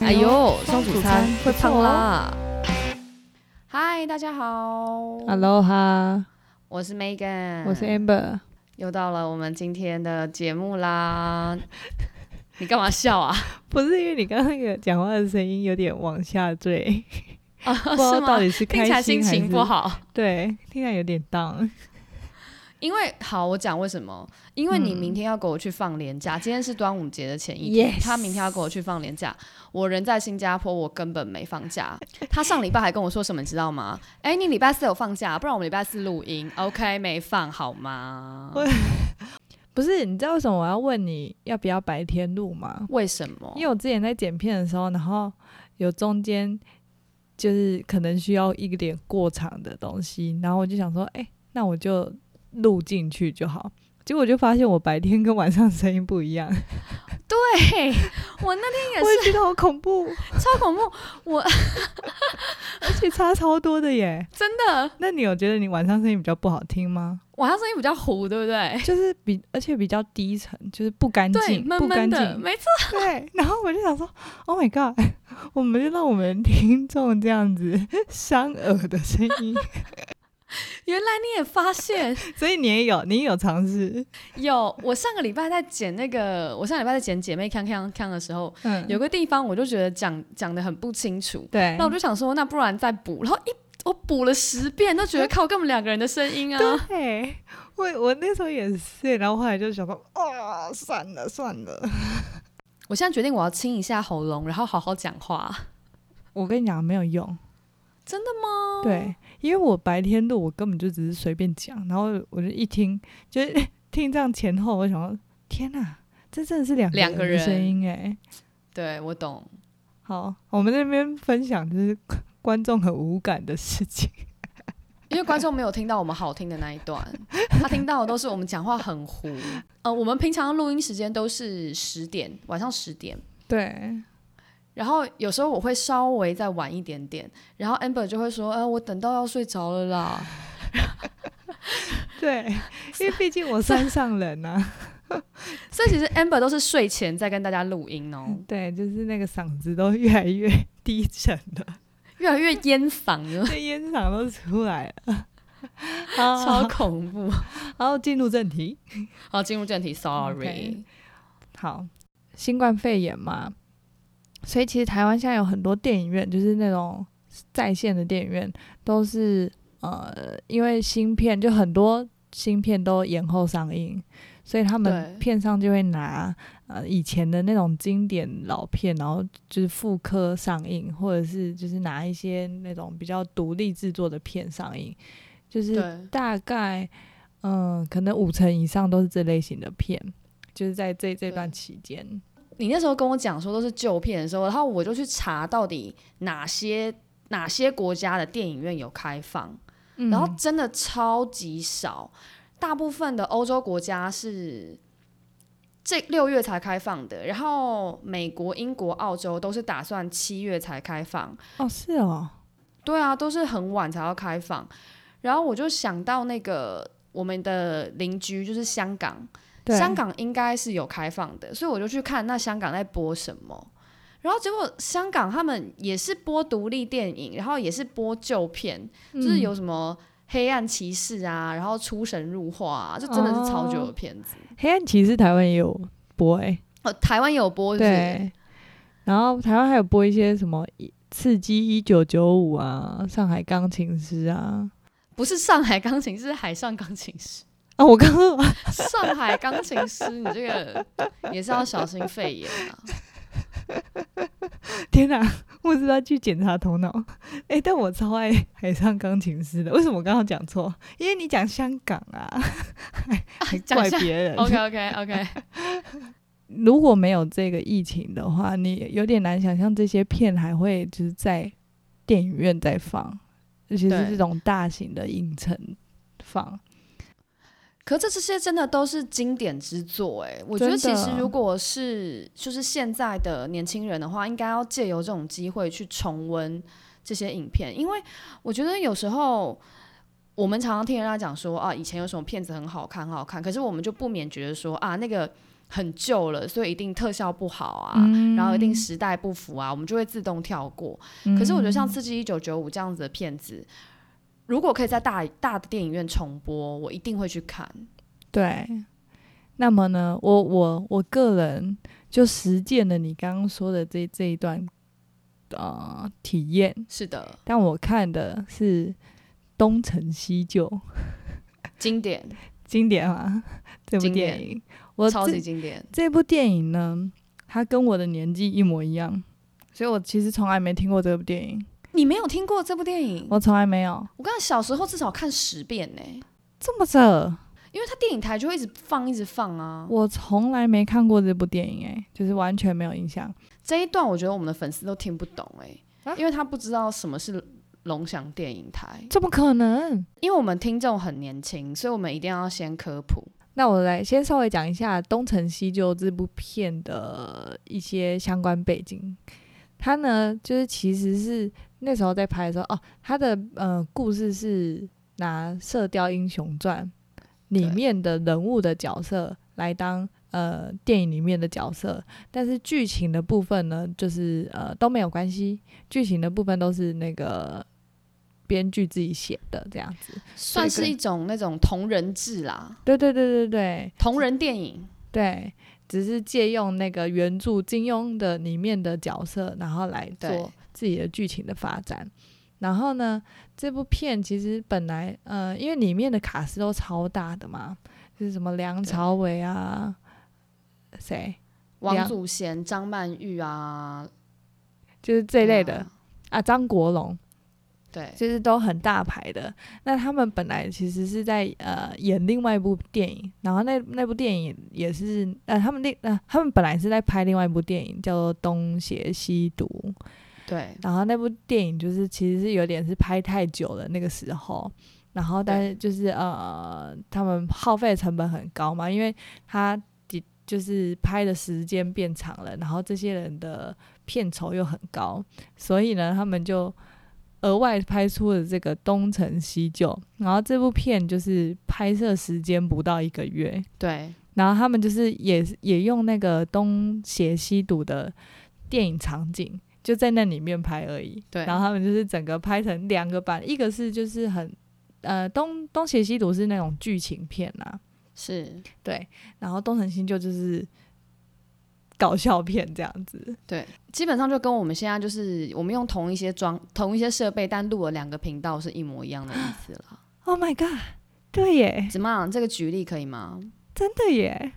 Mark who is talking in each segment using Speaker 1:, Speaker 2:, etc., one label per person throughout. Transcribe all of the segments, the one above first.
Speaker 1: 哎呦，双主
Speaker 2: 主
Speaker 1: 餐
Speaker 2: 餐啊
Speaker 1: 会
Speaker 2: 会
Speaker 1: 胖
Speaker 2: 胖
Speaker 1: 啦！嗨，大家好
Speaker 2: Aloha，
Speaker 1: 我是 Megan，
Speaker 2: 我是 Amber。
Speaker 1: 又到了我们今天的节目啦。你干嘛笑啊？
Speaker 2: 不是因为你刚刚那个讲话的声音有点往下坠，
Speaker 1: 啊，
Speaker 2: 不知道
Speaker 1: 是
Speaker 2: 到
Speaker 1: 吗？
Speaker 2: 底是开
Speaker 1: 听起
Speaker 2: 心
Speaker 1: 来
Speaker 2: 还是
Speaker 1: 心情不，好，
Speaker 2: 对，听起来有点 down。
Speaker 1: 因为好，我讲为什么？因为你
Speaker 2: 嗯
Speaker 1: 明天要跟我去放年假，今天是端午节的前一天
Speaker 2: Yes
Speaker 1: 他明天要跟我去放年假，我人在新加坡，我根本没放假。他上礼拜还跟我说什么，你知道吗？哎、你礼拜四有放假，不然我们礼拜四录音，OK，没放好吗？
Speaker 2: 不是，你知道为什么我要问你要不要白天录吗？
Speaker 1: 为什么？
Speaker 2: 因为我之前在剪片的时候，然后有中间就是可能需要一点过场的东西，然后我就想说，哎、那我就录进去就好。结果我就发现我白天跟晚上声音不一 样，
Speaker 1: 对我那天也
Speaker 2: 我
Speaker 1: 是
Speaker 2: 也觉得好恐怖。
Speaker 1: 超恐怖，我。
Speaker 2: 而且差超多的耶
Speaker 1: 真的
Speaker 2: 那你有觉得你晚上声音比较不好听吗？
Speaker 1: 晚上声音比较糊，对不对？
Speaker 2: 就是比而且比较低沉，就是不干
Speaker 1: 对，
Speaker 2: 净，
Speaker 1: 闷
Speaker 2: 不
Speaker 1: 闷
Speaker 2: 干
Speaker 1: 的，
Speaker 2: 净。
Speaker 1: 没错。
Speaker 2: 对，然后我就想说，Oh my god，我们就让我们听众这样子 伤耳的声 音，
Speaker 1: 原来你也发现，
Speaker 2: 所以你也有，你也有尝试，
Speaker 1: 有，我上个礼拜在剪那个，我上个礼拜在剪姐妹康康康的时候，
Speaker 2: 嗯，
Speaker 1: 有个地方我就觉得讲讲的很不清楚，
Speaker 2: 对
Speaker 1: 那我就想说，那不然再补，然后一我补了十遍，都觉得靠，跟我们两个人的声音啊，
Speaker 2: 对，我我那时候也是，然后后来就想说，啊、算了算了。
Speaker 1: 我现在决定我要清一下喉咙，然后好好讲话。
Speaker 2: 我跟你讲没有用，
Speaker 1: 真的吗？，
Speaker 2: 对，因为我白天录，我根本就只是随便讲，然后我就一听，就是 听这样前后，我想说，天哪、这真的是两
Speaker 1: 两个
Speaker 2: 个人的声
Speaker 1: 人
Speaker 2: 音哎、
Speaker 1: 对我懂。
Speaker 2: 好，我们那边分享就是 观众很无感的事情，
Speaker 1: 因为观众没有听到我们好听的那一段，他听到的都是我们讲话很糊。呃，我们平常录音时间都是十点，晚上十点，
Speaker 2: 对，
Speaker 1: 然后有时候我会稍微再晚一点点，然后 Amber 就会说：“呃，我等到要睡着了啦。
Speaker 2: 对，因为毕竟我山上人 啊，”
Speaker 1: 所以其实 Amber 都是睡前在跟大家录音哦，
Speaker 2: 对，就是那个嗓子都越来越低沉了，
Speaker 1: 越来越烟嗓了，
Speaker 2: 那烟嗓都出来了。 好，
Speaker 1: 超
Speaker 2: 好
Speaker 1: 恐怖。
Speaker 2: 好，进入正题。
Speaker 1: 好，进入正题，Sorry
Speaker 2: OK。好，新冠肺炎嘛，所以其实台湾现在有很多电影院，就是那种在线的电影院，都是呃，因为新片就很多新片都延后上映，所以他们
Speaker 1: 对
Speaker 2: 片商就会拿呃以前的那种经典老片，然后就是复刻上映，或者是就是拿一些那种比较独立制作的片上映，就是
Speaker 1: 对，
Speaker 2: 大概嗯、可能五成以上都是这类型的片，就是在这这段期间。
Speaker 1: 你那时候跟我讲说都是旧片的时候，然后我就去查到底哪些哪些国家的电影院有开放，
Speaker 2: 嗯
Speaker 1: 然后真的超级少，大部分的欧洲国家是这六月才开放的，然后美国、英国、澳洲都是打算七月才开放，
Speaker 2: 哦是哦，
Speaker 1: 对啊，都是很晚才要开放。然后我就想到那个我们的邻居就是香港，
Speaker 2: 对，
Speaker 1: 香港应该是有开放的，所以我就去看那香港在播什么。然后结果香港他们也是播独立电影，然后也是播旧片，
Speaker 2: 嗯
Speaker 1: 就是有什么黑暗骑士啊，然后出神入化啊，就真的是超久的片子。
Speaker 2: 黑暗骑士》台湾也有播哎、
Speaker 1: 哦，台湾也有播是不是，
Speaker 2: 对，然后台湾还有播一些什么一。刺激一九九五啊，上海钢琴师啊，
Speaker 1: 不是上海钢琴，是海上钢琴师。
Speaker 2: 啊，我刚刚
Speaker 1: 上海钢琴师，你这个也是要小心肺炎啊。
Speaker 2: 天哪、我是要去检查头脑。哎、但我超爱海上钢琴师的，为什么我刚刚讲错？因为你讲香港啊， 还
Speaker 1: 啊讲
Speaker 2: 怪
Speaker 1: 香哦
Speaker 2: 别人。
Speaker 1: OK OK OK，
Speaker 2: 如果没有这个疫情的话，你有点难想象这些片还会就是在电影院再放，尤其
Speaker 1: 对
Speaker 2: 是这种大型的影城放。
Speaker 1: 可这这些真的都是经典之作哎、我觉得
Speaker 2: 真
Speaker 1: 其
Speaker 2: 的
Speaker 1: 实如果是就是现在的年轻人的话，应该要借由这种机会去重温这些影片，因为我觉得有时候我们常常听人家讲说啊，以前有什么片子很好看，很好看，可是我们就不免觉得说啊，那个很旧了，所以一定特效不好啊，
Speaker 2: 嗯
Speaker 1: 然后一定时代不符啊，我们就会自动跳过。
Speaker 2: 嗯
Speaker 1: 可是我觉得像《刺激一九九五》这样子的片子，如果可以在大大的电影院重播，我一定会去看。
Speaker 2: 对，那么呢，我我我个人就实践了你刚刚说的这这一段呃体验，
Speaker 1: 是的，
Speaker 2: 但我看的是东成西就，
Speaker 1: 经典，
Speaker 2: 经典啊，这部
Speaker 1: 经
Speaker 2: 电
Speaker 1: 典
Speaker 2: 影，我
Speaker 1: 超
Speaker 2: 这
Speaker 1: 级经典。
Speaker 2: 这部电影呢，它跟我的年纪一模一样，所以我其实从来没听过这部电影，
Speaker 1: 你没有听过这部电影？
Speaker 2: 我从来没有
Speaker 1: 我刚才小时候至少看十遍呢、
Speaker 2: 这么扯。
Speaker 1: 因为它电影台就会一直放，一直放啊。
Speaker 2: 我从来没看过这部电影、哎，就是完全没有印象。
Speaker 1: 这一段我觉得我们的粉丝都听不懂哎、
Speaker 2: 啊
Speaker 1: 因为他不知道什么是龙翔电影台，
Speaker 2: 怎么可能？
Speaker 1: 因为我们听众很年轻，所以我们一定要先科普。
Speaker 2: 那我来先稍微讲一下《东成西就》这部片的一些相关背景。它呢，就是其实是那时候在拍的时候，哦，它的呃故事是拿《射雕英雄传》里
Speaker 1: 对
Speaker 2: 面的人物的角色来当呃电影里面的角色，但是剧情的部分呢，就是呃都没有关系，剧情的部分都是那个编剧自己写的这样子。
Speaker 1: 算是一种那种同人志啦，
Speaker 2: 对对对对对，
Speaker 1: 同人电影。
Speaker 2: 对，只是借用那个原著金庸的里面的角色，然后来
Speaker 1: 对
Speaker 2: 做自己的剧情的发展。然后呢，这部片其实本来，呃，因为里面的卡司都超大的嘛，就是什么梁
Speaker 1: 对
Speaker 2: 朝伟啊，谁，
Speaker 1: 王
Speaker 2: 梁
Speaker 1: 祖贤、张曼玉啊
Speaker 2: 就是这一类
Speaker 1: 对
Speaker 2: 的
Speaker 1: 啊
Speaker 2: 啊，张国荣，
Speaker 1: 对，
Speaker 2: 就是都很大牌的。那他们本来其实是在呃演另外一部电影，然后那那部电影也是呃他们另呃他们本来是在拍另外一部电影叫做《东邪西毒》，
Speaker 1: 对，
Speaker 2: 然后那部电影就是其实是有点是拍太久了那个时候，然后但是就是呃他们耗费成本很高嘛，因为他的就是拍的时间变长了，然后这些人的片酬又很高，所以呢他们就额外拍出了这个东成西就，然后这部片就是拍摄时间不到一个月，
Speaker 1: 对，
Speaker 2: 然后他们就是也是也用那个东邪西毒的电影场景，就在那里面拍而已。
Speaker 1: 对
Speaker 2: 然后他们就是整个拍成两个版，一个是就是很呃东东邪西毒是那种剧情片啦、
Speaker 1: 是，
Speaker 2: 对，然后东成西就就是搞笑片这样子。
Speaker 1: 对，基本上就跟我们现在就是我们用同一些装、同一些设备，但录了两个频道是一模一样的意思 啦。
Speaker 2: Oh my god！对耶，
Speaker 1: 怎么样？这个举例可以吗？
Speaker 2: 真的耶，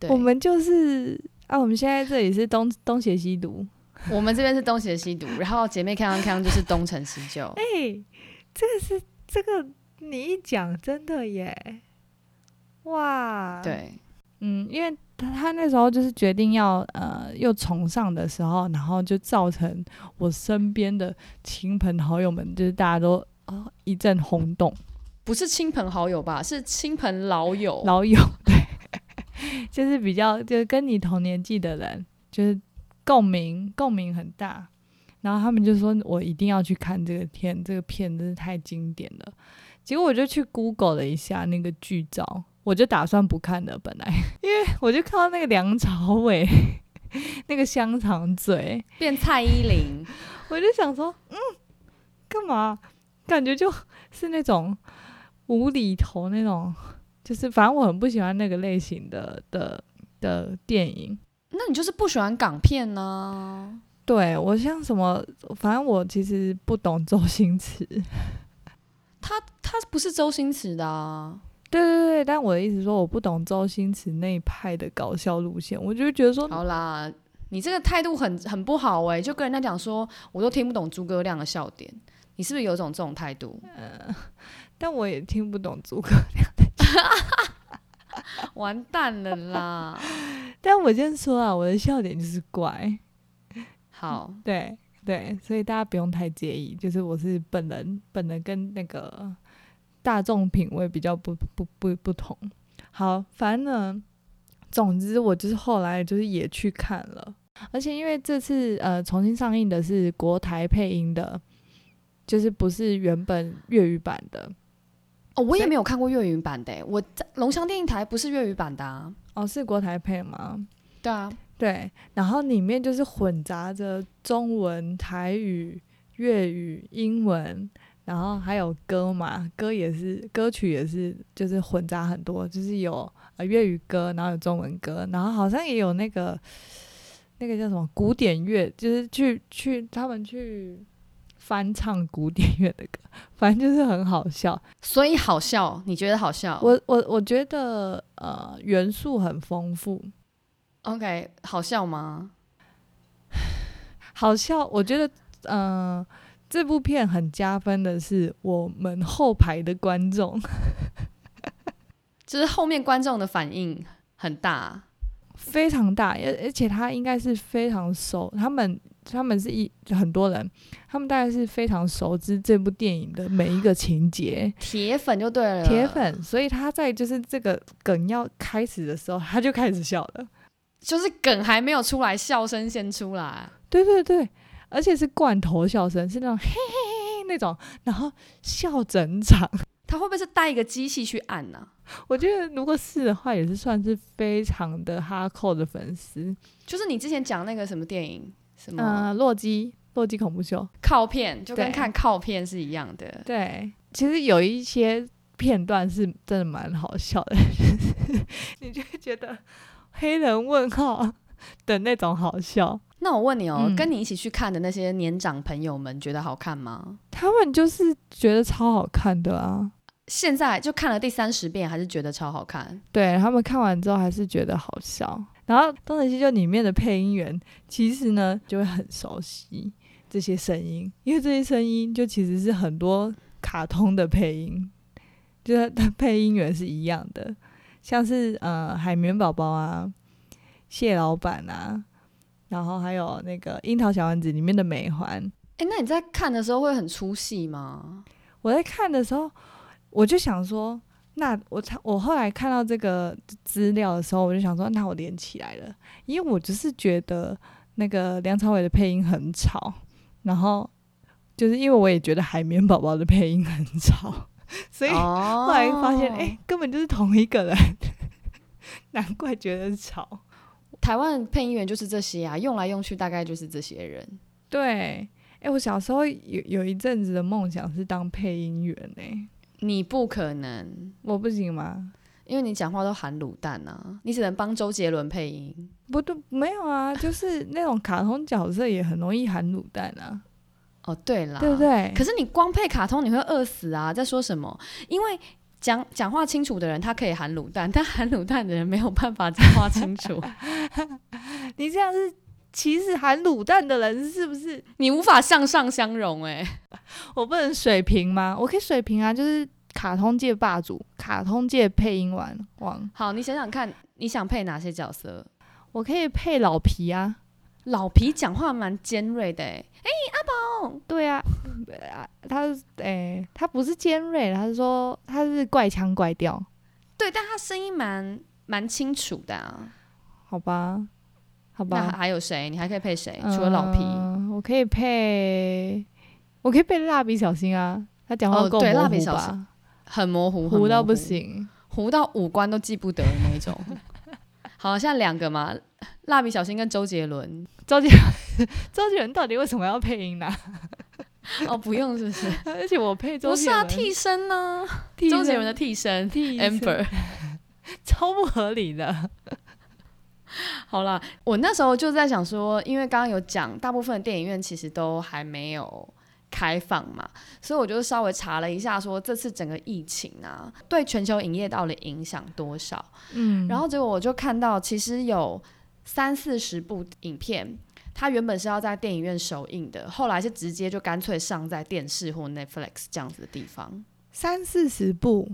Speaker 1: 对，
Speaker 2: 我们就是啊，我们现在这里是东东邪西毒，
Speaker 1: 我们这边是东邪西毒，然后姐妹康康康就是东成西就。
Speaker 2: 哎、这个是这个，你一讲真的耶，哇，，
Speaker 1: 对，
Speaker 2: 嗯，因为他他那时候就是决定要呃又崇尚的时候，然后就造成我身边的亲朋好友们就是大家都哦一阵轰动，
Speaker 1: 不是亲朋好友吧？是亲朋老友。
Speaker 2: 老友 对，就是比较就是跟你同年纪的人，就是共鸣共鸣很大。然后他们就说：“我一定要去看这个片，这个片真是太经典了。”结果我就去 Google 了一下那个剧照，我就打算不看的，本来 因为我就看到那个梁朝伟 那个香肠嘴，
Speaker 1: 变蔡依林，
Speaker 2: 我就想说，嗯，干嘛？感觉就是那种无厘头那种，就是反正我很不喜欢那个类型的的的电影。
Speaker 1: 那你就是不喜欢港片呢、
Speaker 2: 对我像什么，反正我其实不懂周星驰。
Speaker 1: 他不是周星驰的啊。
Speaker 2: 对对对，但我的意思说，我不懂周星驰那一派的搞笑路线，我就觉得说，
Speaker 1: 好啦，你这个态度很很不好哎、就跟人家讲说，我都听不懂诸葛亮的笑点，你是不是有种这种态度？
Speaker 2: 但我也听不懂诸葛。
Speaker 1: 完蛋了啦！
Speaker 2: 但我先说啊，我的笑点就是怪。
Speaker 1: 好，
Speaker 2: 对对，所以大家不用太介意，就是我是本人本人跟那个大众品味比较不不不不同。好，反正呢，总之我就是后来就是也去看了，而且因为这次呃重新上映的是国台配音的，就是不是原本粤语版的
Speaker 1: 哦，我
Speaker 2: 所
Speaker 1: 也
Speaker 2: 以
Speaker 1: 没有看过粤语版的欸、我在龙翔电影台不是粤语版的、啊，
Speaker 2: 哦，是国台配吗？
Speaker 1: 对啊，
Speaker 2: 对，然后里面就是混杂着中文、台语、粤语、英文，然后还有歌嘛，歌也是歌曲也是，就是混杂很多，就是有呃粤语歌，然后有中文歌，然后好像也有那个那个叫什么古典乐，就是去去他们去翻唱古典乐的歌，反正就是很好笑。
Speaker 1: 所以好笑，你觉得好笑？
Speaker 2: 我我我觉得呃元素很丰富，
Speaker 1: OK 好笑吗？
Speaker 2: 好笑，我觉得，嗯、这部片很加分的是我们后排的观众
Speaker 1: 就是后面观众的反应很大，
Speaker 2: 非常大，而而且他应该是非常熟，他们他们是一很多人，他们大概是非常熟知这部电影的每一个情节，
Speaker 1: 铁粉就对啊了，
Speaker 2: 铁粉，所以他在就是这个梗要开始的时候，他就开始笑了。
Speaker 1: 就是梗还没有出来，笑声先出来。
Speaker 2: 对对对，而且是罐头笑声，是那种嘿嘿嘿那种，然后笑整场。
Speaker 1: 他会不会是带一个机器去按啊呢、
Speaker 2: 我觉得如果是的话，也是算是非常的哈扣的粉丝。
Speaker 1: 就是你之前讲那个什么电影，什么
Speaker 2: 嗯，洛基，洛基恐怖秀，
Speaker 1: 靠片，就跟
Speaker 2: 对
Speaker 1: 看靠片是一样的。
Speaker 2: 对，其实有一些片段是真的蛮好笑的， 你就会觉得黑人问号 的那种好笑。
Speaker 1: 那我问你哦，
Speaker 2: 嗯
Speaker 1: 跟你一起去看的那些年长朋友们，觉得好看吗？
Speaker 2: 他们就是觉得超好看的啊，
Speaker 1: 现在就看了第三十遍，还是觉得超好看。
Speaker 2: 对他们看完之后还是觉得好笑。然后《东成西就》里面的配音员，其实呢就会很熟悉这些声音，因为这些声音就其实是很多卡通的配音，就是它的配音员是一样的，像是呃海绵宝宝啊、蟹老板啊，然后还有那个《樱桃小丸子》里面的美环。
Speaker 1: 诶，那你在看的时候会很出戏吗？
Speaker 2: 我在看的时候，我就想说，那我才我后来看到这个资料的时候，我就想说，那我连起来了，因为我就是觉得那个梁朝伟的配音很吵，然后就是因为我也觉得海绵宝宝的配音很吵，所以
Speaker 1: 哦
Speaker 2: 后来发现，哎、根本就是同一个人， 难怪觉得吵。
Speaker 1: 台湾配音员就是这些啊，用来用去大概就是这些人。
Speaker 2: 对，哎、我小时候有有一阵子的梦想是当配音员呢、
Speaker 1: 你不可能，
Speaker 2: 我不行吗？
Speaker 1: 因为你讲话都含卤蛋啊，你只能帮周杰伦配音。
Speaker 2: 不对，没有啊，就是那种卡通角色也很容易含卤蛋啊，
Speaker 1: 哦，对啦，
Speaker 2: 对不对？
Speaker 1: 可是你光配卡通，你会饿死啊！在说什么？因为讲讲话清楚的人，他可以含卤蛋，但含卤蛋的人没有办法讲话 清楚，
Speaker 2: 你这样是歧视含卤蛋的人是不是？
Speaker 1: 你无法向上相容、欸。哎，
Speaker 2: 我不能水平吗？我可以水平啊，就是卡通界霸主，卡通界配音王王，
Speaker 1: 好，你想想看，你想配哪些角色？
Speaker 2: 我可以配老皮啊，
Speaker 1: 老皮讲话蛮尖锐的、欸，
Speaker 2: 对啊，啊他诶、他不是尖锐，他是说他是怪腔怪调，
Speaker 1: 对，但他声音蛮蛮清楚的啊。
Speaker 2: 好吧，好
Speaker 1: 那
Speaker 2: 吧，呃
Speaker 1: 还有谁？你还可以配谁？除了老皮，
Speaker 2: 嗯我可以配，我可以配蜡笔小新啊，他讲话
Speaker 1: 哦
Speaker 2: 够
Speaker 1: 对
Speaker 2: 模
Speaker 1: 蜡笔
Speaker 2: 糊
Speaker 1: 小
Speaker 2: 吧？
Speaker 1: 新很模糊，很模
Speaker 2: 糊
Speaker 1: 糊
Speaker 2: 到不，行。
Speaker 1: 糊到五官都记不得的那一种。好，现在两个嘛，蜡笔小新跟周杰伦。
Speaker 2: 周杰伦， 周杰伦到底为什么要配音呢、
Speaker 1: 哦，不用是不是？
Speaker 2: 而且我配周
Speaker 1: 不
Speaker 2: 杰
Speaker 1: 是
Speaker 2: 伦，
Speaker 1: 啊，替身呢、
Speaker 2: 替
Speaker 1: 周杰
Speaker 2: 身
Speaker 1: 伦的替身
Speaker 2: 替身
Speaker 1: Amber。
Speaker 2: 超不合理的。
Speaker 1: 好啦，我那时候就在想说，因为刚刚有讲，大部分的电影院其实都还没有开放嘛，所以我就稍微查了一下说这次整个疫情啊，对全球营业到底影响多少。
Speaker 2: 嗯
Speaker 1: 然后结果我就看到，其实有三四十部影片，它原本是要在电影院首映的，后来是直接就干脆上在电视或 Netflix 这样子的地方。
Speaker 2: 三四十部，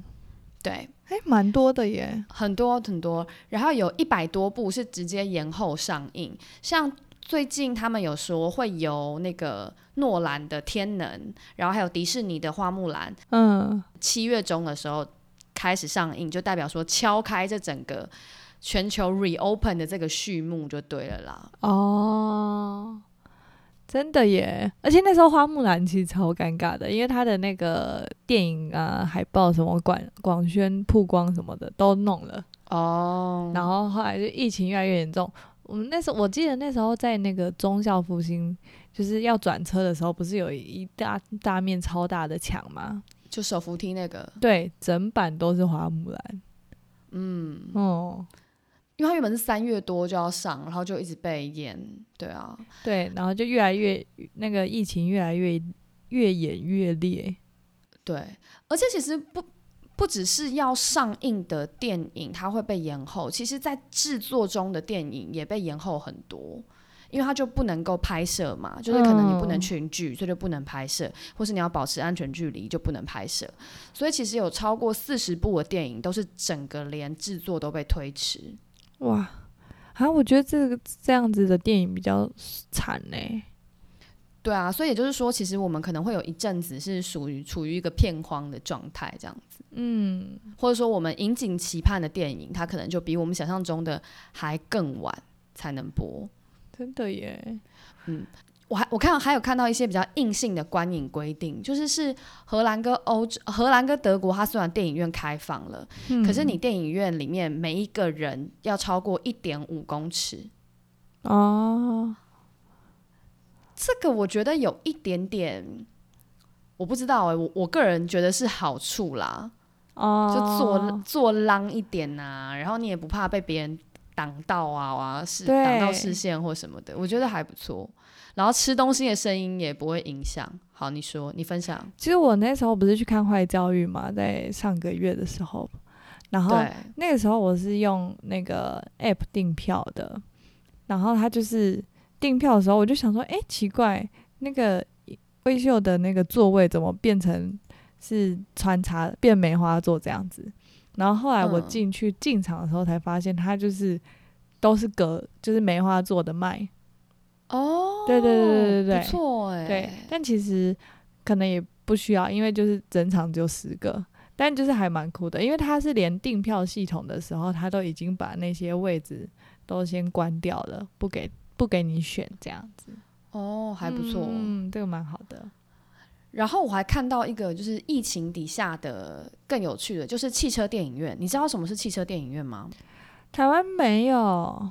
Speaker 1: 对，
Speaker 2: 哎、蛮多的耶。
Speaker 1: 很多很多，然后有一百多部是直接延后上映，像。最近他们有说会由那个诺兰的《天能》，然后还有迪士尼的《花木兰》，
Speaker 2: 嗯，
Speaker 1: 七月中的时候开始上映，就代表说敲开这整个全球 reopen 的这个序幕就对了啦。
Speaker 2: 哦，真的耶。而且那时候花木兰其实超尴尬的，因为她的那个电影啊、海报什么广广宣曝光什么的都弄了。
Speaker 1: 哦，
Speaker 2: 然后后来就疫情越来越严重。我们那时候我记得那时候在那个中校复兴，就是要转车的时候，不是有一大大面超大的墙吗？
Speaker 1: 就手扶梯那个，
Speaker 2: 对，整版都是花木兰。
Speaker 1: 嗯，
Speaker 2: 哦，
Speaker 1: 因为它原本是三月多就要上，然后就一直被延，对啊，
Speaker 2: 对，然后就越来越那个疫情越来越越演越烈。
Speaker 1: 对，而且其实不不只是要上映的电影它会被延后，其实在制作中的电影也被延后很多。因为它就不能够拍摄嘛，就是可能你不能
Speaker 2: 嗯
Speaker 1: 群聚，所以就不能拍摄，或是你要保持安全距离就不能拍摄，所以其实有超过四十部的电影都是整个连制作都被推迟。
Speaker 2: 哇，啊，我觉得这个这样子的电影比较惨呢、
Speaker 1: 对啊，所以也就是说，其实我们可能会有一阵子是属于处于一个片荒的状态，这样子，
Speaker 2: 嗯，
Speaker 1: 或者说我们引颈期盼的电影，它可能就比我们想象中的还更晚才能播。
Speaker 2: 真的耶。
Speaker 1: 我还我看还有看到一些比较硬性的观影规定，就是是荷兰跟欧洲、荷兰跟德国，它虽然电影院开放了，可是你电影院里面每一个人要超过一点五公尺，
Speaker 2: 哦，
Speaker 1: 这个我觉得有一点点，我不知道哎、我我个人觉得是好处啦。
Speaker 2: 哦，
Speaker 1: 就做做浪一点呐、然后你也不怕被别人挡到啊啊，是
Speaker 2: 对
Speaker 1: 挡到视线或什么的，我觉得还不错。然后吃东西的声音也不会影响。好，你说，你分享。
Speaker 2: 其实我那时候不是去看《坏教育》嘛，在上个月的时候，然后
Speaker 1: 对，
Speaker 2: 那个时候我是用那个 app 订票的，然后他就是订票的时候，我就想说，哎、奇怪，那个微秀的那个座位怎么变成是穿插变梅花座这样子？然后后来我
Speaker 1: 嗯
Speaker 2: 进去进场的时候才发现，它就是都是隔就是梅花座的麦，
Speaker 1: 哦，
Speaker 2: 对对对对对对
Speaker 1: 不错哎、
Speaker 2: 对，但其实可能也不需要，因为就是整场只有十个，但就是还蛮酷的，因为它是连订票系统的时候，它都已经把那些位置都先关掉了，不给不给你选这样子，
Speaker 1: 哦，还不错。
Speaker 2: 嗯，这个蛮好的，
Speaker 1: 然后我还看到一个就是疫情底下的更有趣的，就是汽车电影院。你知道什么是汽车电影院吗？
Speaker 2: 台湾没有，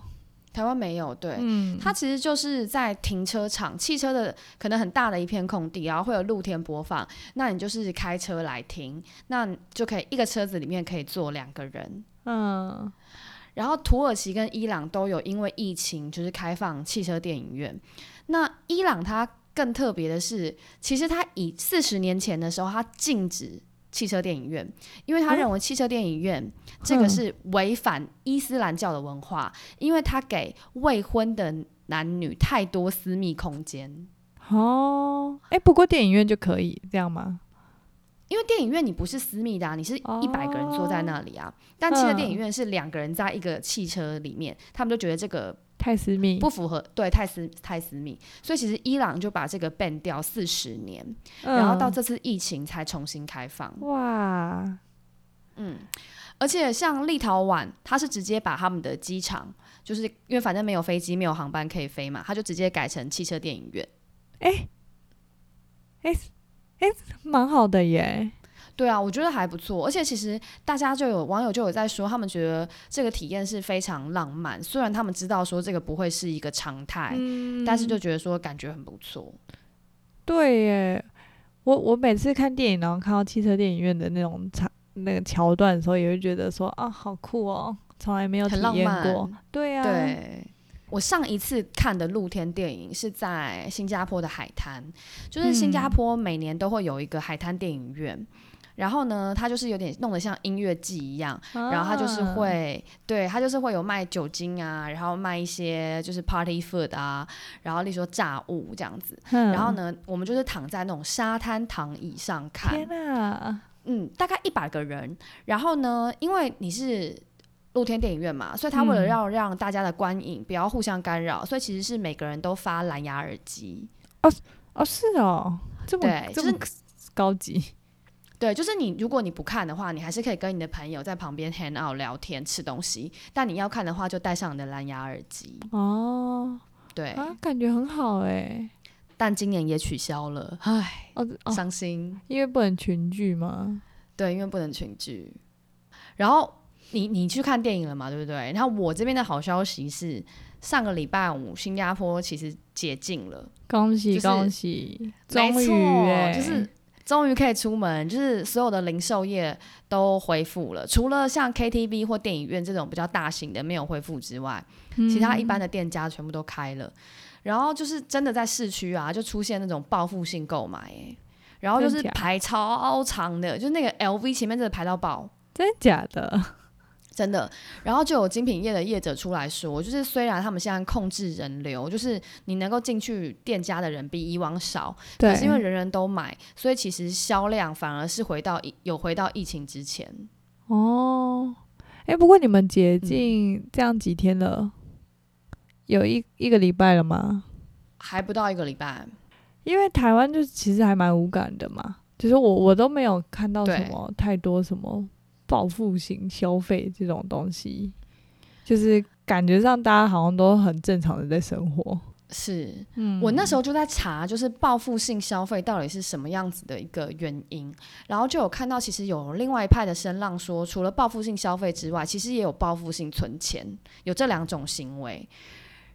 Speaker 1: 台湾没有，对，
Speaker 2: 嗯，
Speaker 1: 它其实就是在停车场，汽车的可能很大的一片空地，然后会有露天播放，那你就是开车来停，那你就可以一个车子里面可以坐两个人。
Speaker 2: 嗯
Speaker 1: 然后土耳其跟伊朗都有因为疫情就是开放汽车电影院。那伊朗它更特别的是，其实它以四十年前的时候，它禁止汽车电影院，因为他
Speaker 2: 嗯
Speaker 1: 认为汽车电影院这个
Speaker 2: 哼
Speaker 1: 是违反伊斯兰教的文化，因为它给未婚的男女太多私密空间。
Speaker 2: 哦，哎、不过电影院就可以这样吗？
Speaker 1: 因为电影院你不是私密的、啊，你是
Speaker 2: 哦
Speaker 1: 一百个人坐在那里啊，但汽车
Speaker 2: 嗯
Speaker 1: 电影院是两个人在一个汽车里面，他们就觉得这个
Speaker 2: 太私密，
Speaker 1: 不符合，对，太私太私密，所以其实伊朗就把这个 ban 掉四十年，
Speaker 2: 嗯
Speaker 1: 然后到这次疫情才重新开放。
Speaker 2: 哇，
Speaker 1: 嗯，而且像立陶宛，它是直接把他们的机场，就是因为反正没有飞机、没有航班可以飞嘛，它就直接改成汽车电影院。
Speaker 2: 蛮好的耶，
Speaker 1: 对啊，我觉得还不错。而且其实大家就有网友就有在说，他们觉得这个体验是非常浪漫，虽然他们知道说这个不会是一个常态，
Speaker 2: 嗯
Speaker 1: 但是就觉得说感觉很不错。
Speaker 2: 对耶，我我每次看电影，然后看到汽车电影院的那种场那个桥段的时候，也会觉得说啊，好酷哦，从来没有体
Speaker 1: 很浪
Speaker 2: 验
Speaker 1: 漫
Speaker 2: 过。对啊，
Speaker 1: 对。我上一次看的露天电影是在新加坡的海滩，就是
Speaker 2: 嗯
Speaker 1: 新加坡每年都会有一个海滩电影院，然后呢，它就是有点弄得像音乐季一样，
Speaker 2: 啊
Speaker 1: 然后它就是会，对，它就是会有卖酒精啊，然后卖一些就是 party food 啊，然后例如说炸物这样子。
Speaker 2: 哼，
Speaker 1: 然后呢，我们就是躺在那种沙滩躺椅上看
Speaker 2: 天，哪，
Speaker 1: 嗯，大概一百个人。然后呢，因为你是露天电影院嘛，所以他为了
Speaker 2: 嗯
Speaker 1: 要让大家的观影不要互相干扰，所以其实是每个人都发蓝牙耳机。
Speaker 2: 哦是哦，这么
Speaker 1: 对
Speaker 2: 这
Speaker 1: 就是
Speaker 2: 么高 级，
Speaker 1: 对，就是你，如果你不看的话，你还是可以跟你的朋友在旁边 hang out 聊天、吃东西。但你要看的话，就戴上你的蓝牙耳机。
Speaker 2: 哦
Speaker 1: 对，
Speaker 2: 啊，感觉很好哎。
Speaker 1: 但今年也取消了，唉，
Speaker 2: 哦哦，
Speaker 1: 伤心。
Speaker 2: 因为不能群聚嘛。
Speaker 1: 对，因为不能群聚。然后你你去看电影了嘛，对不对？然后我这边的好消息是，上个礼拜五新加坡其实解禁了，
Speaker 2: 恭喜
Speaker 1: 就是
Speaker 2: 恭喜，
Speaker 1: 没
Speaker 2: 终于
Speaker 1: 错
Speaker 2: 欸
Speaker 1: 就是终于可以出门，就是所有的零售业都恢复了，除了像 KTV 或电影院这种比较大型的没有恢复之外，其
Speaker 2: 嗯
Speaker 1: 他一般的店家全部都开了。然后就是真的在市区啊，就出现那种报复性购买、欸，然后就是
Speaker 2: 真假
Speaker 1: 排超长的，就是那个 LV 前面真的排到爆。
Speaker 2: 真假的，
Speaker 1: 真的，然后就有精品业的业者出来说，就是虽然他们现在控制人流，就是你能够进去店家的人比以往少，可
Speaker 2: 对，
Speaker 1: 是因为人人都买，所以其实销量反而是回到疫有回到疫情之前。
Speaker 2: 哦，哎，不过你们解禁这样几天了，有一一个礼拜了吗？
Speaker 1: 还不到一个礼拜，
Speaker 2: 因为台湾就其实还蛮无感的嘛，就是我我都没有看到
Speaker 1: 对
Speaker 2: 什么太多什么报复性消费这种东西，就是感觉上大家好像都很正常的在生活。
Speaker 1: 是
Speaker 2: 嗯
Speaker 1: 我那时候就在查，就是报复性消费到底是什么样子的一个原因，然后就有看到，其实有另外一派的声浪说，除了报复性消费之外，其实也有报复性存钱，有这两种行为。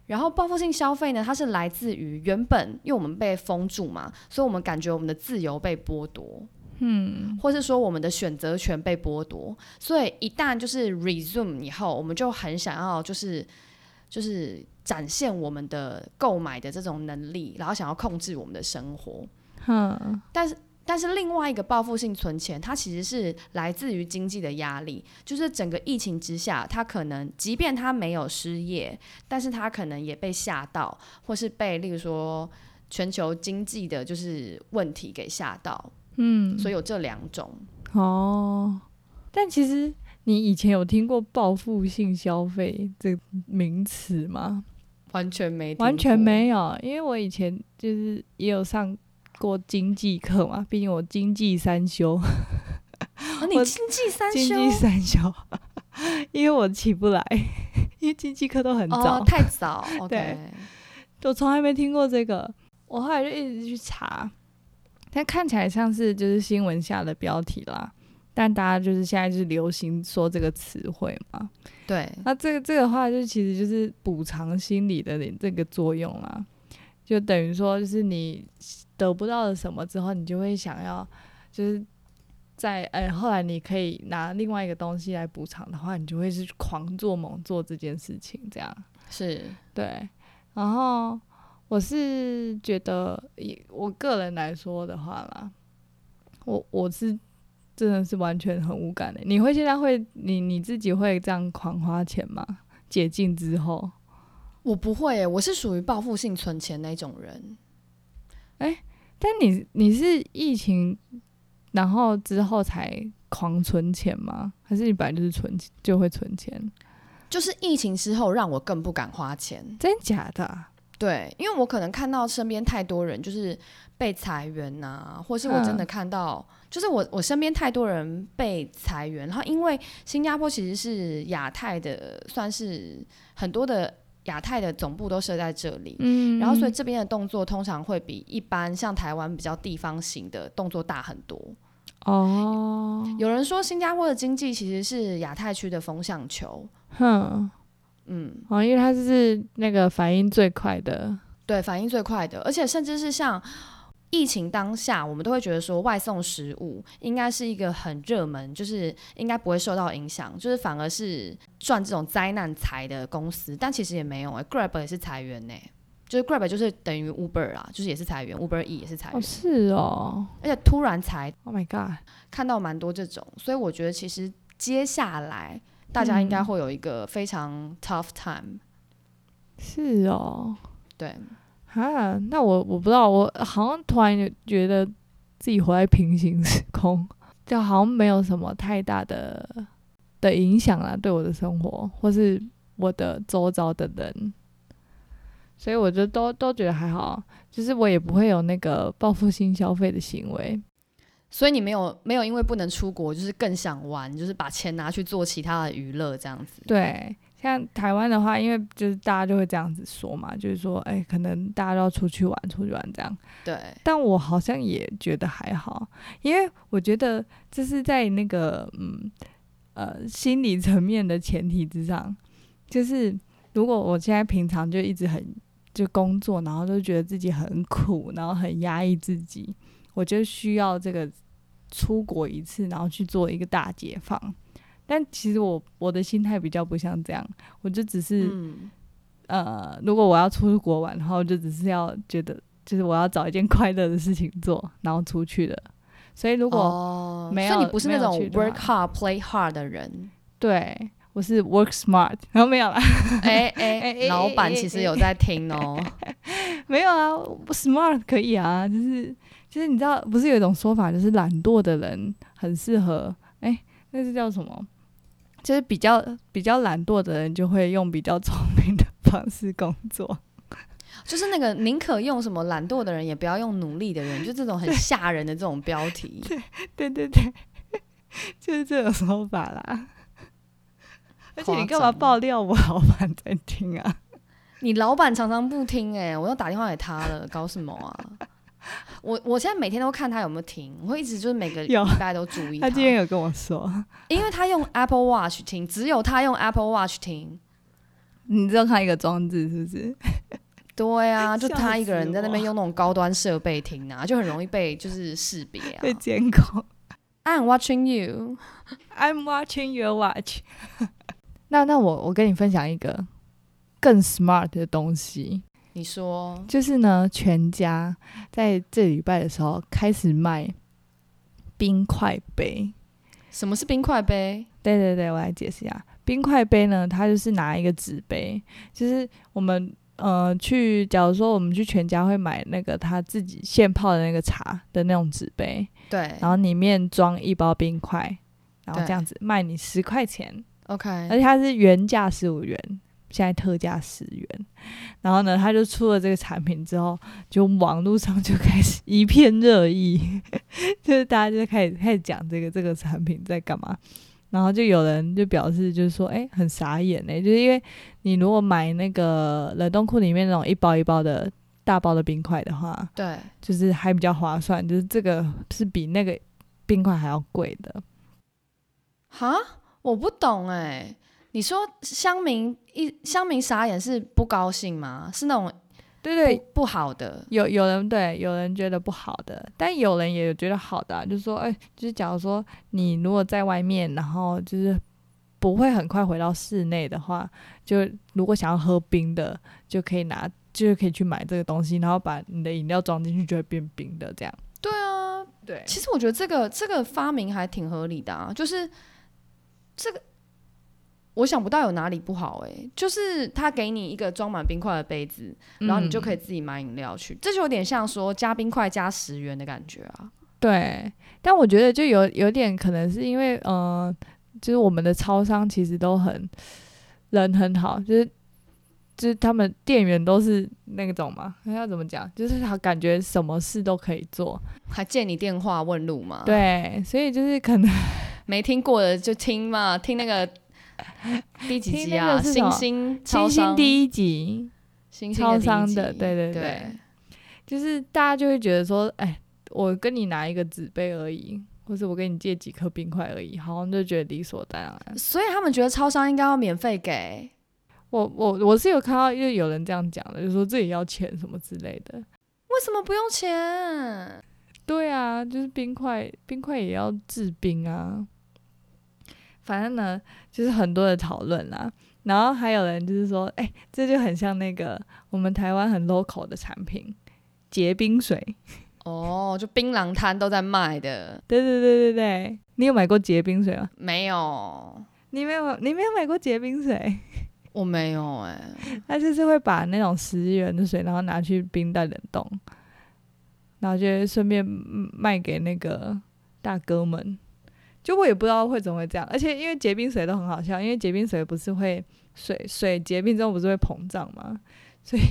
Speaker 1: 然后报复性消费呢，它是来自于原本因为我们被封住嘛，所以我们感觉我们的自由被剥夺，嗯，或是说我们的选择权被剥夺，所以一旦就是 resume 以后，我们就很想要就是就是展现我们的购买的这种能力，然后想要控制我们的生活。
Speaker 2: 哼，
Speaker 1: 但是另外一个报复性存钱，它其实是来自于经济的压力，就是整个疫情之下，他可能即便他没有失业，但是他可能也被吓到，或是被例如说全球经济的就是问题给吓到，
Speaker 2: 嗯，
Speaker 1: 所以有这两种。
Speaker 2: 哦，但其实你以前有听过报复性消费这个名词吗？
Speaker 1: 完全没，
Speaker 2: 完全。
Speaker 1: 哦
Speaker 2: 没有，因为我以前就是也有上过经济课嘛，毕竟我经济三修，
Speaker 1: 啊、你
Speaker 2: 我
Speaker 1: 经济三
Speaker 2: 经
Speaker 1: 休
Speaker 2: 济三修， 因为我起不来，因为经济课都很早，
Speaker 1: 哦，太早。
Speaker 2: 对
Speaker 1: OK，
Speaker 2: 我从来没听过这个，我后来就一直去查，但看起来像是就是新闻下的标题啦，但大家就是现在就是流行说这个词汇嘛，
Speaker 1: 对，
Speaker 2: 那这个这个话，就其实就是补偿心理的这个作用啦，就等于说，就是你得不到了什么之后，你就会想要，就是在呃、后来你可以拿另外一个东西来补偿的话，你就会是狂做猛做这件事情，这样
Speaker 1: 是
Speaker 2: 对。然后我是觉得，以我个人来说的话啦，我我是。真的是完全很无感的。你会现在会你你自己会这样狂花钱吗？解禁之后，
Speaker 1: 我不会耶，我是属于报复性存钱那种人。
Speaker 2: 但你你是疫情，然后之后才狂存钱吗？还是你本来就是存就会存钱？
Speaker 1: 就是疫情之后，让我更不敢花钱。
Speaker 2: 真假的啊、
Speaker 1: 对，因为我可能看到身边太多人就是被裁员呐、或是我真的看到，就是我我身边太多人被裁员，然后因为新加坡其实是亚太的，算是很多的亚太的总部都设在这里，
Speaker 2: 嗯
Speaker 1: 然后所以这边的动作通常会比一般像台湾比较地方型的动作大很多。
Speaker 2: 哦，
Speaker 1: 有人说新加坡的经济其实是亚太区的风向球，
Speaker 2: 哼，
Speaker 1: 嗯，
Speaker 2: 哦，因为它是那个反应最快的，
Speaker 1: 对，反应最快的，而且甚至是像疫情当下，我们都会觉得说外送食物应该是一个很热门，就是应该不会受到影响，就是反而是赚这种灾难财的公司，但其实也没有哎、g r a b 也是裁员呢、就是 Grab 就是等于 Uber 啦，就是也是裁员，Uber E 也是裁员，
Speaker 2: 哦，是哦
Speaker 1: 而且突然裁，
Speaker 2: ，Oh my god，
Speaker 1: 看到蛮多这种，所以我觉得其实接下来大家应该
Speaker 2: 嗯
Speaker 1: 会有一个非常 tough time，、
Speaker 2: 是哦，
Speaker 1: 对，
Speaker 2: 啊，那我我不知道，我好像突然就觉得自己活在平行时空，就好像没有什么太大的的影响啦，对我的生活或是我的周遭的人，所以我就都都觉得还好，就是我也不会有那个报复性消费的行为。
Speaker 1: 所以你没有没有因为不能出国，就是更想玩，就是把钱拿去做其他的娱乐这样子。
Speaker 2: 对，像台湾的话，因为就是大家就会这样子说嘛，就是说，哎、可能大家都要出去玩，出去玩这样。
Speaker 1: 对，
Speaker 2: 但我好像也觉得还好，因为我觉得这是在那个嗯呃心理层面的前提之上，就是如果我现在平常就一直很就工作，然后就觉得自己很苦，然后很压抑自己，我就需要这个出国一次，然后去做一个大解放。但其实我我的心态比较不像这样，我就只是、
Speaker 1: 嗯，
Speaker 2: 呃，如果我要出国玩，然后就只是要觉得，就是我要找一件快乐的事情做，然后出去的。所以如果、
Speaker 1: 哦，
Speaker 2: 没
Speaker 1: 所以
Speaker 2: 有
Speaker 1: 你不是
Speaker 2: 没
Speaker 1: 那
Speaker 2: 有
Speaker 1: 种
Speaker 2: 去的
Speaker 1: work
Speaker 2: 话
Speaker 1: hard play hard 的 人。
Speaker 2: 对我是 work smart，然后没有啦，
Speaker 1: 哎
Speaker 2: 哎
Speaker 1: 哎，
Speaker 2: 哎
Speaker 1: 老板
Speaker 2: 哎
Speaker 1: 其实
Speaker 2: 哎
Speaker 1: 有在听哦。
Speaker 2: 没有啊我，smart 可以啊，就是就是你知道，不是有一种说法，就是懒惰的人很适合，哎、那是叫什么？就是比较比较懒惰的人就会用比较聪明的方式工作。
Speaker 1: 就是那个宁可用什么懒惰的人，也不要用努力的人，就这种很吓人的这种标题。
Speaker 2: 对对对， 就是这种说法啦。而且你干
Speaker 1: 夸
Speaker 2: 嘛
Speaker 1: 张
Speaker 2: 爆料我老板在听啊？
Speaker 1: 你老板常常不听哎、我又打电话给他了，搞什么啊？我我现在每天都看他有没有听，我会一直就是每个礼
Speaker 2: 有
Speaker 1: 拜都注意
Speaker 2: 他今天有跟我说，
Speaker 1: 因为他用 Apple Watch 听，只有他用 Apple Watch 听。
Speaker 2: 你只有看一个装置是不 是？
Speaker 1: 对啊，就
Speaker 2: 哎笑
Speaker 1: 他一个人
Speaker 2: 死
Speaker 1: 在那边
Speaker 2: 我
Speaker 1: 用那种高端设备听啊，就很容易被就是识别啊。
Speaker 2: 被监控。
Speaker 1: I'm watching you，
Speaker 2: I'm watching your watch 那。那我我跟你分享一个更 smart 的东西，
Speaker 1: 你说
Speaker 2: 就是呢，全家在这礼拜的时候开始卖冰块杯。
Speaker 1: 什么是冰块杯？
Speaker 2: 对对对，我来解释一下，冰块杯呢，它就是拿一个纸杯，就是我们呃去，假如说我们去全家会买那个他自己现泡的那个茶的那种纸杯，
Speaker 1: 对
Speaker 2: 然后里面装一包冰块，然后
Speaker 1: 对
Speaker 2: 这样子卖你十块钱，而
Speaker 1: ，OK，
Speaker 2: 且它是原价十五元，现在特价十元。然后呢，他就出了这个产品之后，就网络上就开始一片热议， 就是大家就开始开始讲这个这个产品在干嘛。然后就有人就表示，就是说，哎、很傻眼哎、就是因为你如果买那个冷冻库里面那种一包一包的大包的冰块的话，
Speaker 1: 对，
Speaker 2: 就是还比较划算，就是这个是比那个冰块还要贵的。
Speaker 1: 哈，我不懂哎、你说乡民一乡民傻眼是不高兴吗？是那种
Speaker 2: 对
Speaker 1: 不
Speaker 2: 对，
Speaker 1: 不好的
Speaker 2: 有有人对，有人觉得不好的，但有人也有觉得好的、啊，就是说，哎、就是假如说你如果在外面，然后就是不会很快回到室内的话，就如果想要喝冰的，就可以拿，就是可以去买这个东西，然后把你的饮料装进去，就会变冰的这样。
Speaker 1: 对啊，
Speaker 2: 对
Speaker 1: 其实我觉得这个这个发明还挺合理的啊，就是这个我想不到有哪里不好哎、就是他给你一个装满冰块的杯子，
Speaker 2: 嗯
Speaker 1: 然后你就可以自己买饮料去，这就有点像说加冰块加十元的感觉啊。
Speaker 2: 对，但我觉得就有有点可能是因为，嗯、就是我们的超商其实都很人很好，就是就是他们店员都是那种嘛，那要怎么讲？就是他感觉什么事都可以做，
Speaker 1: 还借你电话问路吗？，
Speaker 2: 对，所以就是可能
Speaker 1: 没听过的就听嘛，听那个第几集
Speaker 2: 听那
Speaker 1: 啊？
Speaker 2: 个是什
Speaker 1: 星
Speaker 2: 么
Speaker 1: 星 超
Speaker 2: 星星
Speaker 1: 商
Speaker 2: 第一集
Speaker 1: 星星
Speaker 2: 超
Speaker 1: 第一
Speaker 2: 商
Speaker 1: 集
Speaker 2: 的对对
Speaker 1: 对
Speaker 2: 对就是大家就会觉得说，哎，我跟你拿一个纸杯而已，或者我跟你借几颗冰块而已，好像就觉得理所当然。
Speaker 1: 所以他们觉得超商应该要免费给。
Speaker 2: 我我我是有看到，因为有人这样讲的，就说这也要钱什么之类的。
Speaker 1: 为什么不用钱？
Speaker 2: 对啊，就是冰块，冰块也要制冰啊。反正呢，就是很多的讨论啦。然后还有人就是说，哎、这就很像那个我们台湾很 local 的产品——结冰水。
Speaker 1: 哦，就槟榔摊都在卖的，
Speaker 2: 对对对对对，你有买过结冰水吗？
Speaker 1: 没有，
Speaker 2: 你没有，你没有买过结冰水？
Speaker 1: 我没有哎、
Speaker 2: 他就是会把那种十元的水，然后拿去冰袋冷冻，然后就会顺便嗯卖给那个大哥们。就我也不知道会怎么会这样，而且因为结冰水都很好笑，因为结冰水不是会水水结冰之后不是会膨胀吗？ 所以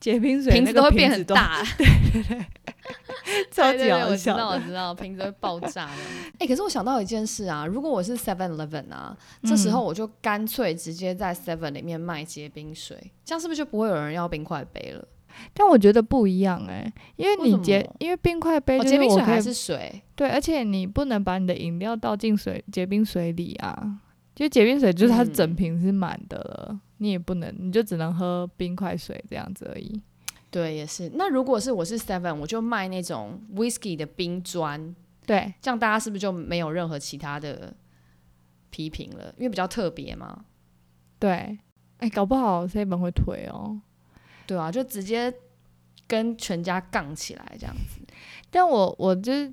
Speaker 2: 结冰水
Speaker 1: 瓶
Speaker 2: 那
Speaker 1: 子
Speaker 2: 个
Speaker 1: 都会
Speaker 2: 瓶
Speaker 1: 变
Speaker 2: 子
Speaker 1: 很
Speaker 2: 都，
Speaker 1: 大，
Speaker 2: 超
Speaker 1: 对
Speaker 2: 级
Speaker 1: 对对，
Speaker 2: 好
Speaker 1: 我知
Speaker 2: 笑
Speaker 1: 道，我
Speaker 2: 的。
Speaker 1: 知道，瓶子会爆炸的。 哎、可是我想到一件事啊，如果我是 Seven Eleven 啊，这时候我就干脆直接在 Seven 里面卖结冰水，这样是不是就不会有人要冰块杯了？
Speaker 2: 但我觉得不一样哎、因为
Speaker 1: 为什
Speaker 2: 你
Speaker 1: 么
Speaker 2: 结，因为冰块杯
Speaker 1: 哦，
Speaker 2: 就
Speaker 1: 结
Speaker 2: 是
Speaker 1: 冰
Speaker 2: 我
Speaker 1: 水
Speaker 2: 可
Speaker 1: 还
Speaker 2: 以
Speaker 1: 是水
Speaker 2: 对，而且你不能把你的饮料倒进水结冰水里啊，就解冰水就是它
Speaker 1: 嗯
Speaker 2: 整瓶是满的了，你也不能，你就只能喝冰块水这样子而已。
Speaker 1: 对，也是。那如果是我是 Seven，我就卖那种 Whisky 的冰砖，
Speaker 2: 对，
Speaker 1: 这样大家是不是就没有任何其他的批评了？因为比较特别嘛。
Speaker 2: 对，哎、搞不好 seven 会推哦。
Speaker 1: 对啊，就直接跟全家杠起来这样子。
Speaker 2: 但我我就是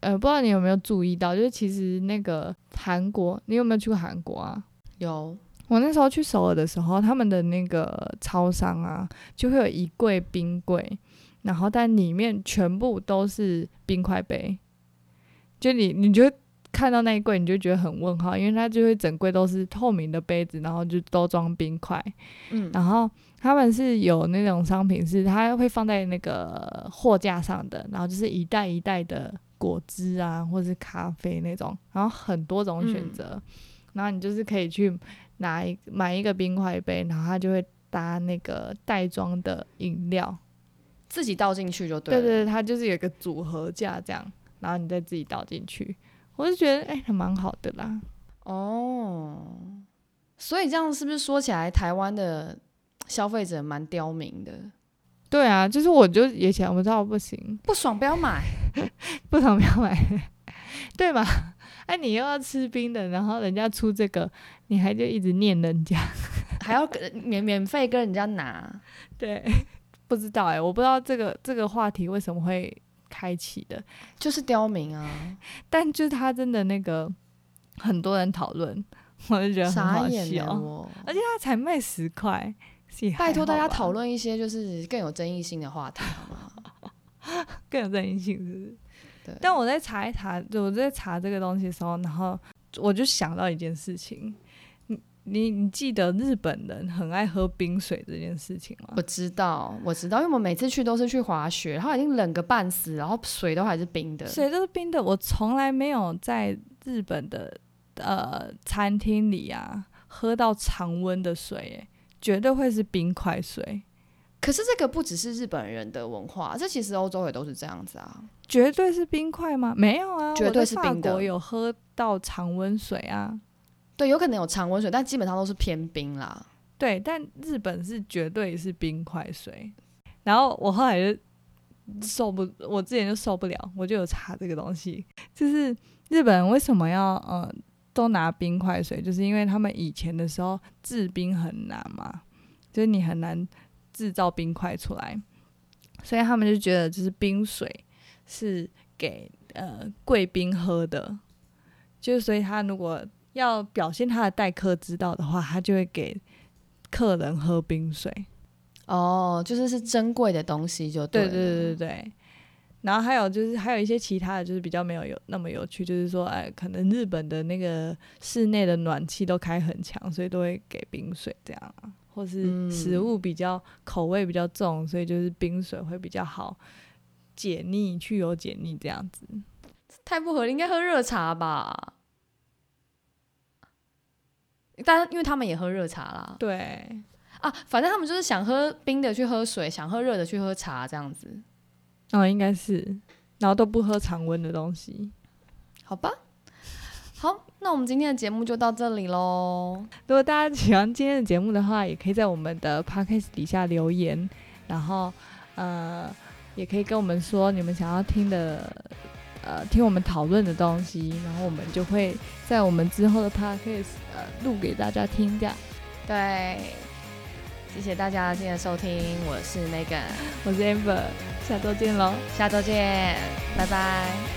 Speaker 2: 呃，不知道你有没有注意到，就是其实那个韩国，你有没有去过韩国啊？
Speaker 1: 有，
Speaker 2: 我那时候去首尔的时候，他们的那个超商啊，就会有一柜冰柜，然后但里面全部都是冰块杯，就你你就会看到那一柜，你就觉得很问号，因为它就会整柜都是透明的杯子，然后就都装冰块，
Speaker 1: 嗯，
Speaker 2: 然后他们是有那种商品是它会放在那个货架上的，然后就是一袋一袋的果汁啊，或是咖啡那种，然后很多种选择，然后你就是可以去拿一买一个冰块杯，然后它就会搭那个袋装的饮料，
Speaker 1: 自己倒进去就
Speaker 2: 对
Speaker 1: 对了。
Speaker 2: 对对，它就是有一个组合架这样，然后你再自己倒进去，我就觉得哎、还蛮好的啦。
Speaker 1: 哦，所以这样是不是说起来，台湾的消费者蛮刁民的？
Speaker 2: 对啊，就是我就也想不到不行，
Speaker 1: 不爽不要买。
Speaker 2: 不爽不要买， 对吧？ 哎、你又要吃冰的，然后人家出这个，你还就一直念人家，
Speaker 1: 还要跟免免费跟人家拿，
Speaker 2: 对， 不知道哎、我不知道这个这个话题为什么会开启的，
Speaker 1: 就是刁 民啊！
Speaker 2: 但就是他真的那个很多人讨论，我就觉啊得很
Speaker 1: 傻
Speaker 2: 好
Speaker 1: 眼 了
Speaker 2: 笑，
Speaker 1: 我。
Speaker 2: 他才卖十块，是也还
Speaker 1: 拜托大家
Speaker 2: 好吧
Speaker 1: 讨论一些就是更有争议性的话题好吗？
Speaker 2: 更有争议性，是不是？
Speaker 1: 对，
Speaker 2: 但我在查一查，就我在查这个东西的时候，然后我就想到一件事情，你你你记得日本人很爱喝冰水这件事情吗
Speaker 1: 我？知道，我知道，因为我们每次去都是去滑雪，然后已经冷个半死，然后水都还是冰的。
Speaker 2: 水都是冰的，我从来没有在日本的呃餐厅里啊喝到常温的水、欸，绝对会是冰块水，
Speaker 1: 可是这个不只是日本人的文化，这其实欧洲也都是这样子啊。
Speaker 2: 绝对是冰块吗？没有啊，
Speaker 1: 绝对是
Speaker 2: 我在
Speaker 1: 冰
Speaker 2: 法
Speaker 1: 的
Speaker 2: 国有喝到常温水啊，
Speaker 1: 对，有可能有常温水，但基本上都是偏冰啦。
Speaker 2: 对，但日本是绝对是冰块水。然后我后来就受不，我之前就受不了，我就有查这个东西，就是日本人为什么要呃都拿冰块水，就是因为他们以前的时候制冰很难嘛，就是你很难制造冰块出来，所以他们就觉得就是冰水是给呃贵宾喝的，就是所以他如果要表现他的待客之道的话，他就会给客人喝冰水。
Speaker 1: 哦，就是是珍贵的东西就
Speaker 2: 对嗯
Speaker 1: 了。
Speaker 2: 对对对对。然后还有就是还有一些其他的，就是比较没有有那么有趣，就是说，哎，可能日本的那个室内的暖气都开很强，所以都会给冰水这样啊，或是
Speaker 1: 嗯
Speaker 2: 食物比较、口味比较重，所以就是冰水会比较好解腻、去油解腻这样子。
Speaker 1: 太不合理，应该喝热茶吧？但因为他们也喝热茶啦，
Speaker 2: 对，
Speaker 1: 啊，反正他们就是想喝冰的去喝水，想喝热的去喝茶，这样子，
Speaker 2: 哦，应该是，然后都不喝常温的东西。
Speaker 1: 好吧？好，那我们今天的节目就到这里喽。
Speaker 2: 如果大家喜欢今天的节目的话，也可以在我们的 podcast 底下留言，然后呃，也可以跟我们说你们想要听的，呃，听我们讨论的东西，然后我们就会在我们之后的 podcast 呃录给大家听。这样，
Speaker 1: 对，谢谢大家今天的收听，我是 Megan，
Speaker 2: 我是 Amber，下周见喽。
Speaker 1: 下周见，拜拜。